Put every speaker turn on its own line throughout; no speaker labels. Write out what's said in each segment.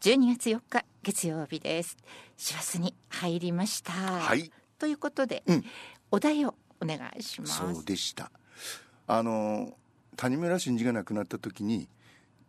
12月4日月曜日です師走に入りました、
はい
ということで、
うん
お題をお願いします
そうでしたあの谷村新司が亡くなった時に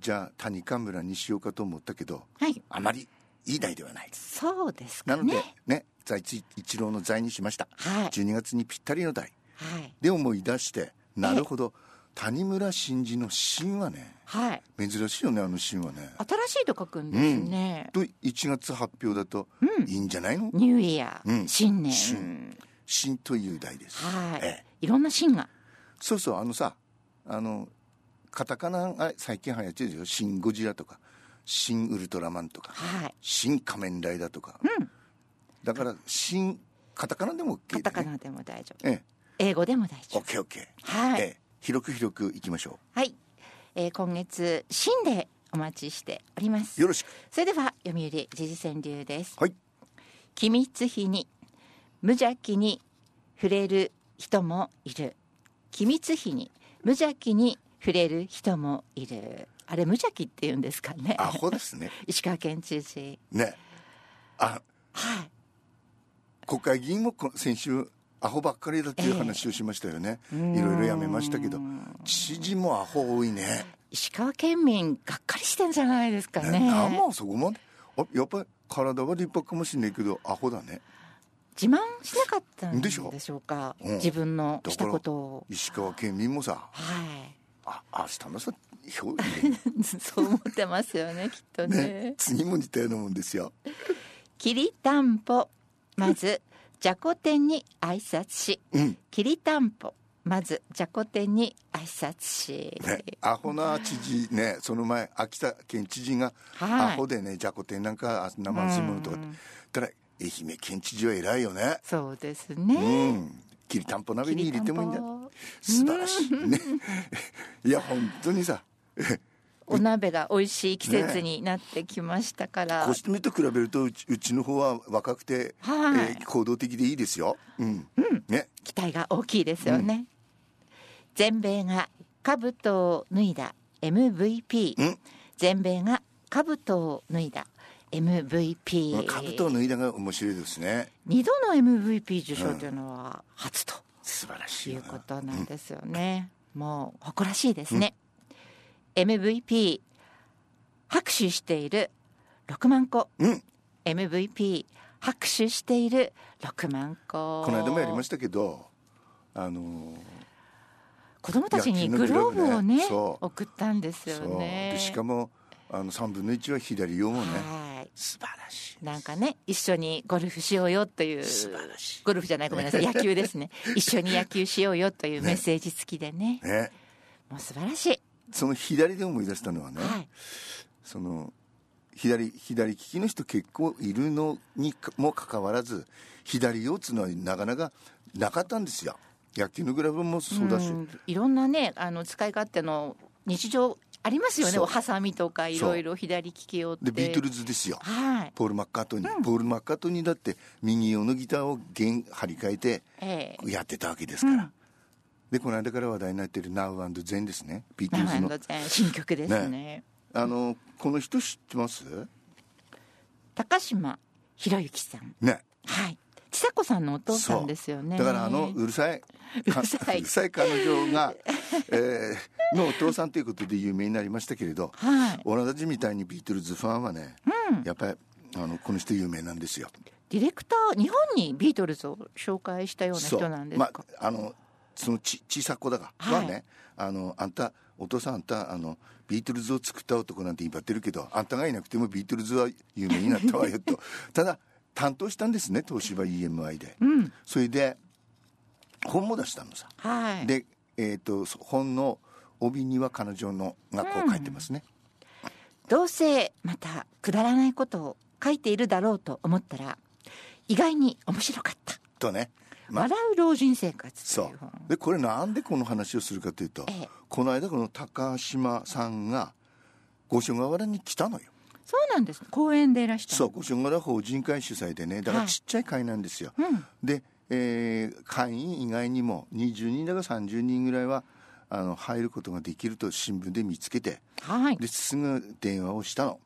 じゃあ谷川村にしようかと思ったけど
はい
あまりいい題ではないです
そうです
な
か
ので
ね
ね財津一郎の財にしました
はい
12月にぴったりの題
はい
で思い出してなるほど谷村新司の神はね
はい
珍しいよねあの神はね
新しいと書くんですね、
と1月発表だといいんじゃないの、
ニューイヤー、
うん
新年
新新という題です、
はい、
ええ
いろんな新が
そうそうあのさあのカタカナあれ最近流行ってるでしょ「シン・ゴジラ」とか「シン・ウルトラマン」とか
はい
「シン・仮面ライダー」とか、だから「新」カタカナでも OK
カ
だ
タ
ね
カナでも大丈夫
え
英語でも大
え
丈夫
OKOK、
はい
ええ広く広くいきましょ
はい、えー今月新でお待ちしております
うよろしく
それでは読売時事川柳です
はい
機密費に無邪気に触れる人もいる機密費に無邪気に触れる人もいるあれ無邪気って言うんですかね
アホです ね
石川県知事
ねあ
はい
国会議員もこ先週アホばっかりだっていう話をしましたよね、いろいろやめましたけど知事もアホ多いね
石川県民がっかりしてんじゃないですか
ね
ね
なんもそこまであやっぱり体は立派かもしれないけどアホだね
自慢しなかったん
で
で
し
し
ょ
ょうか
うん
自分の
だから
したことを
石川県民もさ
はい
あ明日のさ表
そう思ってますよねきっと ね
ね次も似たようなもんですよ
きりたんぽまずじゃこ天に挨拶し
うん
きりたんぽまずじゃこ天に挨拶し、
ねアホな知事ねその前秋田県知事が
はい
アホでねじゃこ天なんかあんなまずいものとかってたら愛媛県知事は偉いよね
そうです
う
ね、
んきりたんぽ鍋に入れてもいいんだ
きりたんぽ
素晴らしいね いや本当にさ
お鍋が美味しい季節になってきましたから、
こうしてみると比べるとうちうちの方は若くて、
はい
えー行動的でいいですよ。うん。ね。
期待が大きいですよね、全米が兜を脱いだ MVP
ん
全米が兜を脱いだ MVP
兜を脱いだが面白いですね。
二度の MVP 受賞というのは初と
素晴らしい
いう
よ
こ
な。
となんですよね、もう誇らしいですね、MVP 拍手している6万個、
うん
MVP 拍手している6万個
この間もやりましたけど、あのー
子供たちに
野
グ
球のグロ
ロー
ーブね
ブをね
そう
送ったんですよ
そう。
ね
でしかもあの三分の一は左用もね。
は
素晴らし
いなんかね一緒にゴルフしようよという
い。素晴らし
ゴルフじゃないごめんなさい野球です ね一緒に野球しようよというメッセージ付きでね
い。ね。
もう素晴らしい、
その左で思い出したのはね、
はい
その左左利きの人結構いるのにかもかかわらず左腰つのはなかなかなかったんですよ野球のグラブもそうだし、
うんいろんなねあの使い勝手の日常ありますよね
そう
おハサミとかいろいろ左利き用って
でビートルズですよ
はい
ポール・マッカートニー、ポール・マッカートニーだって右用のギターを弦張り替えて
ええ
やってたわけですから、でこの間から話題になってる「Now and Zen」ですねビートルズ
ン
の
ド全新曲ですね
あのこの人知ってます
高島博之さん
ね
はいちさ子さんのお父さ
そ
ん
う
ですよね
だからあのうるさい か
うるさいう
るさい彼 女が、えーのお父さんということで有名になりましたけれど、
はい
俺たちみたいにビートルズファンはね、やっぱりあのこの人有名なんですよ。
ディレクター日本にビートルズを紹介したような人なんです
ま
か、
ああのそのち小さい子だが、
はい
はねあのあんたお父さんあんたあのビートルズを作った男なんて威張ってるけどあんたがいなくてもビートルズは有名になったわ よとただ担当したんですね東芝 EMI で、それで本も出したのさ、
はい
で、えー、とそ本の帯には彼女のがこう書いてますね、
どうせまたくだらないことを書いているだろうと思ったら意外に面白かった
とね
「
まあ
笑う老人生活」と
そ
いう本
うでこれなんでこの話をするかというと、
ええ
この間この高島さんが五所川原に来たのよ
そうなんです公演でいらした
そう五所川原法人会主催でねだから
はい
ちっちゃい会なんですよ、
うん
で、えー会員以外にも20人だか30人ぐらいはあの入ることができると新聞で見つけて
はい
ですぐ電話をしたの、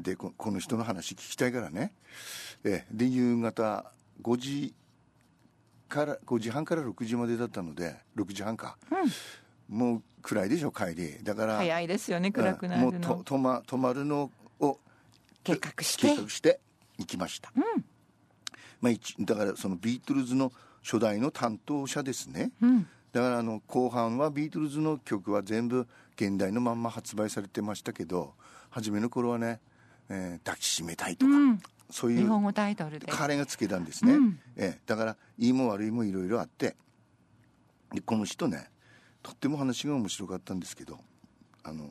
でここの人の話聞きたいからねえで夕方5時から5時半から6時までだったので6時半か、もう暗いでしょ帰りだから
早いですよね
うん
暗くな
も
る
うと
の
泊ま泊まるのを
計画して
計画して行きました、まあ、一だからそのビートルズの初代の担当者ですね、だからあの後半はビートルズの曲は全部現代のまんま発売されてましたけど初めの頃はね、えー抱きしめたいとか、そうい
日
う
本語タイトルで
彼がつけたんですね、ええだからいいも悪いもいろいろあってでこの人ねとっても話が面白かったんですけどあの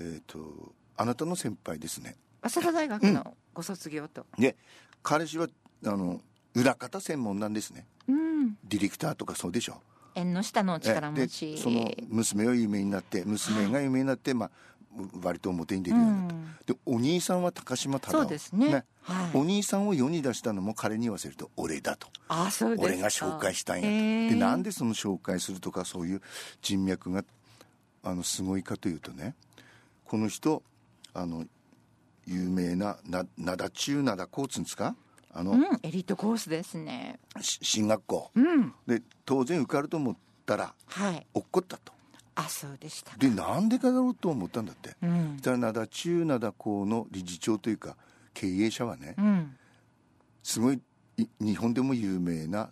えっ、とあなたの先輩ですね
早稲田大学のご卒業と、
で彼氏はあの裏方専門なんですね
うん、
ディレクターとかそうでしょ
縁の下の
ええ
力持ち
でその娘は有名になって娘が有名になって、まあ割と表に出るようになった、
うん
でお兄さんは高島忠夫
そうですねはい
お兄さんを世に出したのも彼に言わせると俺だと
あそうですか
俺が紹介したんやと、
へえ
でなんでその紹介するとかそういう人脈があのすごいかというとねこの人あの有名なな灘中灘コーツんですかあの、
うん、エリートコースですね。
し進学校、
うん、
で当然受かると思ったら
はい、
落っこったと
あ、そうでした。
でなんでかだろうと思ったんだって、
うん
そし、たら灘中灘校の理事長というか経営者はね
うん、
すごいい日本でも有名な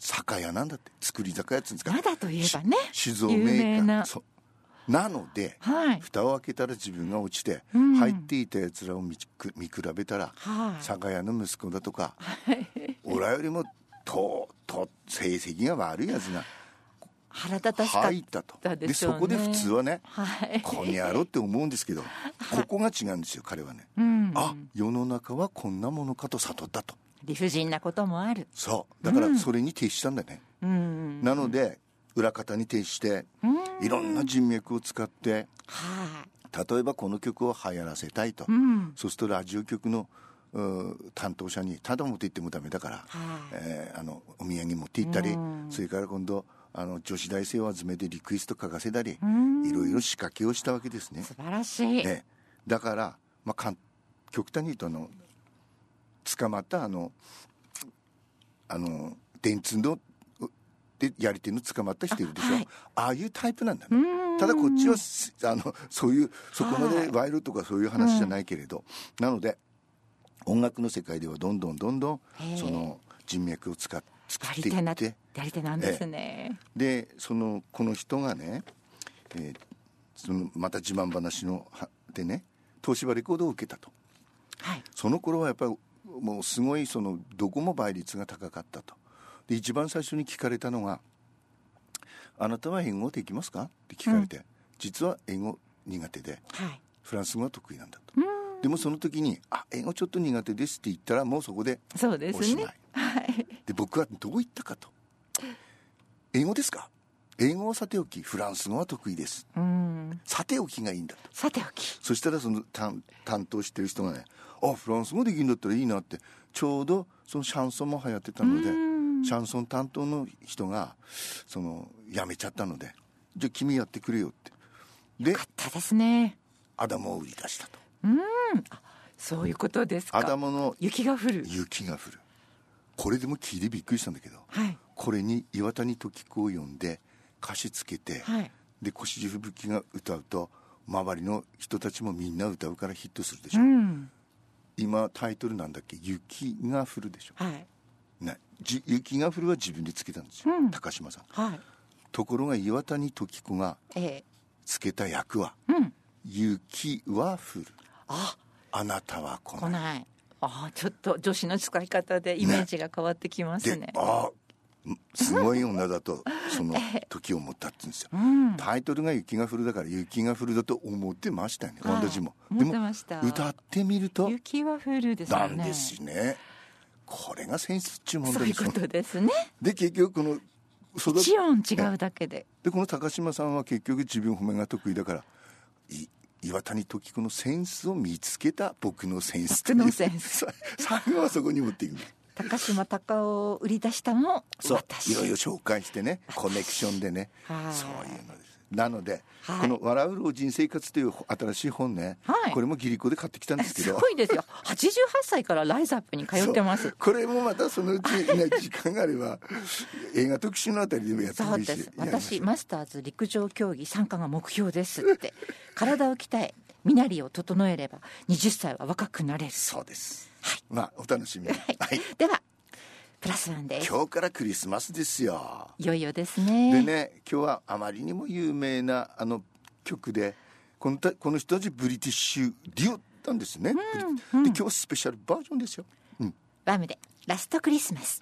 酒屋なんだって造り酒屋っつうんですか
灘といえばね
し酒造メー
有名
カー
な
そうなので
はい、
蓋を開けたら自分が落ちて、
ん
入っていたやつらを見ちく見比べたら、
はい
酒屋の息子だとか俺よりもとと成績が悪いやつが
腹立たしかっ
入ったと
たでしょうね。
そこで普通はね
はい、
こにやろうって思うんですけどここが違うんですよ彼はね、
うん、
あ世の中はこんなものかと悟ったと
理不尽なこともある。
そうだからそれに徹したんだね、
うん、
なので裏方に徹していろんな人脈を使って
はい、
例えばこの曲を流行らせたいと、
うん、
そうするとラジオ局のうん担当者にただ持って行ってもダメだから、
はい、
えーあのお土産持って行ったり、それから今度あの女子大生を集めてリクエスト書かせたり、いろいろ仕掛けをしたわけですね。
素晴らしい。
ええだから、まあ、かん極端に言うとあの捕まったあのあの電通のうでやり手の捕まった人いるでしょあ,、
はい
あいうタイプなんだねただこっちはすあのそういうそこま
は
で
い
賄賂とかそういう話じゃないけれど、なので音楽の世界ではどんどんどんどん
へえ
その人脈を使っ作
や
っ
り
て
手
い
な
っ、て
やり手なんですね。
でそのこの人がね、えーそのまた自慢話のはでね東芝レコードを受けたと
はい、
その頃はやっぱりもうすごいそのどこも倍率が高かったとで一番最初に聞かれたのが「あなたは英語できますか?」って聞かれて、実は英語苦手で
はい、
フランス語は得意なんだとでもその時に「あ英語ちょっと苦手です」って言ったらもうそこで
そうで
お
す
し
ね
まい。で僕はどう言ったかと「英語ですか英語はさておきフランス語は得意です
うん、
さておきがいいんだ」と
さておき、
そしたらその担担当してる人がね「あフランス語できるんだったらいいな」ってちょうどそのシャンソンも流行ってたのでシャンソン担当の人がその辞めちゃったので「じゃあ君やってくれよ」ってで
勝ったですね。
アダモを売り出したと
そういうことです
アダ
か。
モの
雪が降る。
雪が降るこれでも聞いてびっくりしたんだけど、
はい
これに岩谷時子を呼んで歌詞つけて、
はい
で越路吹雪が歌うと周りの人たちもみんな歌うからヒットするでしょ、
うん、
今タイトルなんだっけ「雪が降る」でしょ、
はい、
ね、じ雪が降るは自分でつけたんですよ、高島さん
はい、
ところが岩谷時子が
ええ。
つけた役は「
ん
雪は降る
あ
あなたは来ない
来」ないあちょっと女子の使い方でイメージが変わってきますね
で、ああんすごい女だとその時を思ったって言うん ですよ、タイトルが「雪が降る」だから「雪が降る」だと思ってましたよね
はい
私も、
思ってました
でも歌ってみると
雪は降るですよ
な
ね
んですねこれがセンスっちゅうもんだ
そう
で
いう
し
こ
ょ
とですね
で結局この育
一音違うだけで
でこの高島さんは結局自分褒めが得意だからい岩谷時子のセンスを見つけた僕のセンス
僕のセン ス
最後はそこに持っていくんです
高島隆夫を売り出したも
そう
私
いろいろ紹介してねコネクションでね
はい
そういうのですなので、
はい
この「笑う老人生活」という新しい本ね、
はい
これもギリコで買ってきたんですけ
す
ど
ごいですよ。88歳からライズアップに通ってます
そう。これもまたそのうち、ね、時間があれば映画特集のあたりでもやって
そ
も
う
いいし
です
やりまし
私
ょう
マスターズ陸上競技参加が目標ですって 体を鍛え身なりを整えれば20歳は若くなれる
そうです、まあお楽しみに、はい
ではプラスワンです
今日からクリスマスですよ
いよいよです
で
ね
ね今日はあまりにも有名なあの曲でこのたこの人たちブリティッシュデュオなんですね、ブリで今日はスペシャルバージョンですよ
バムでラストクリスマス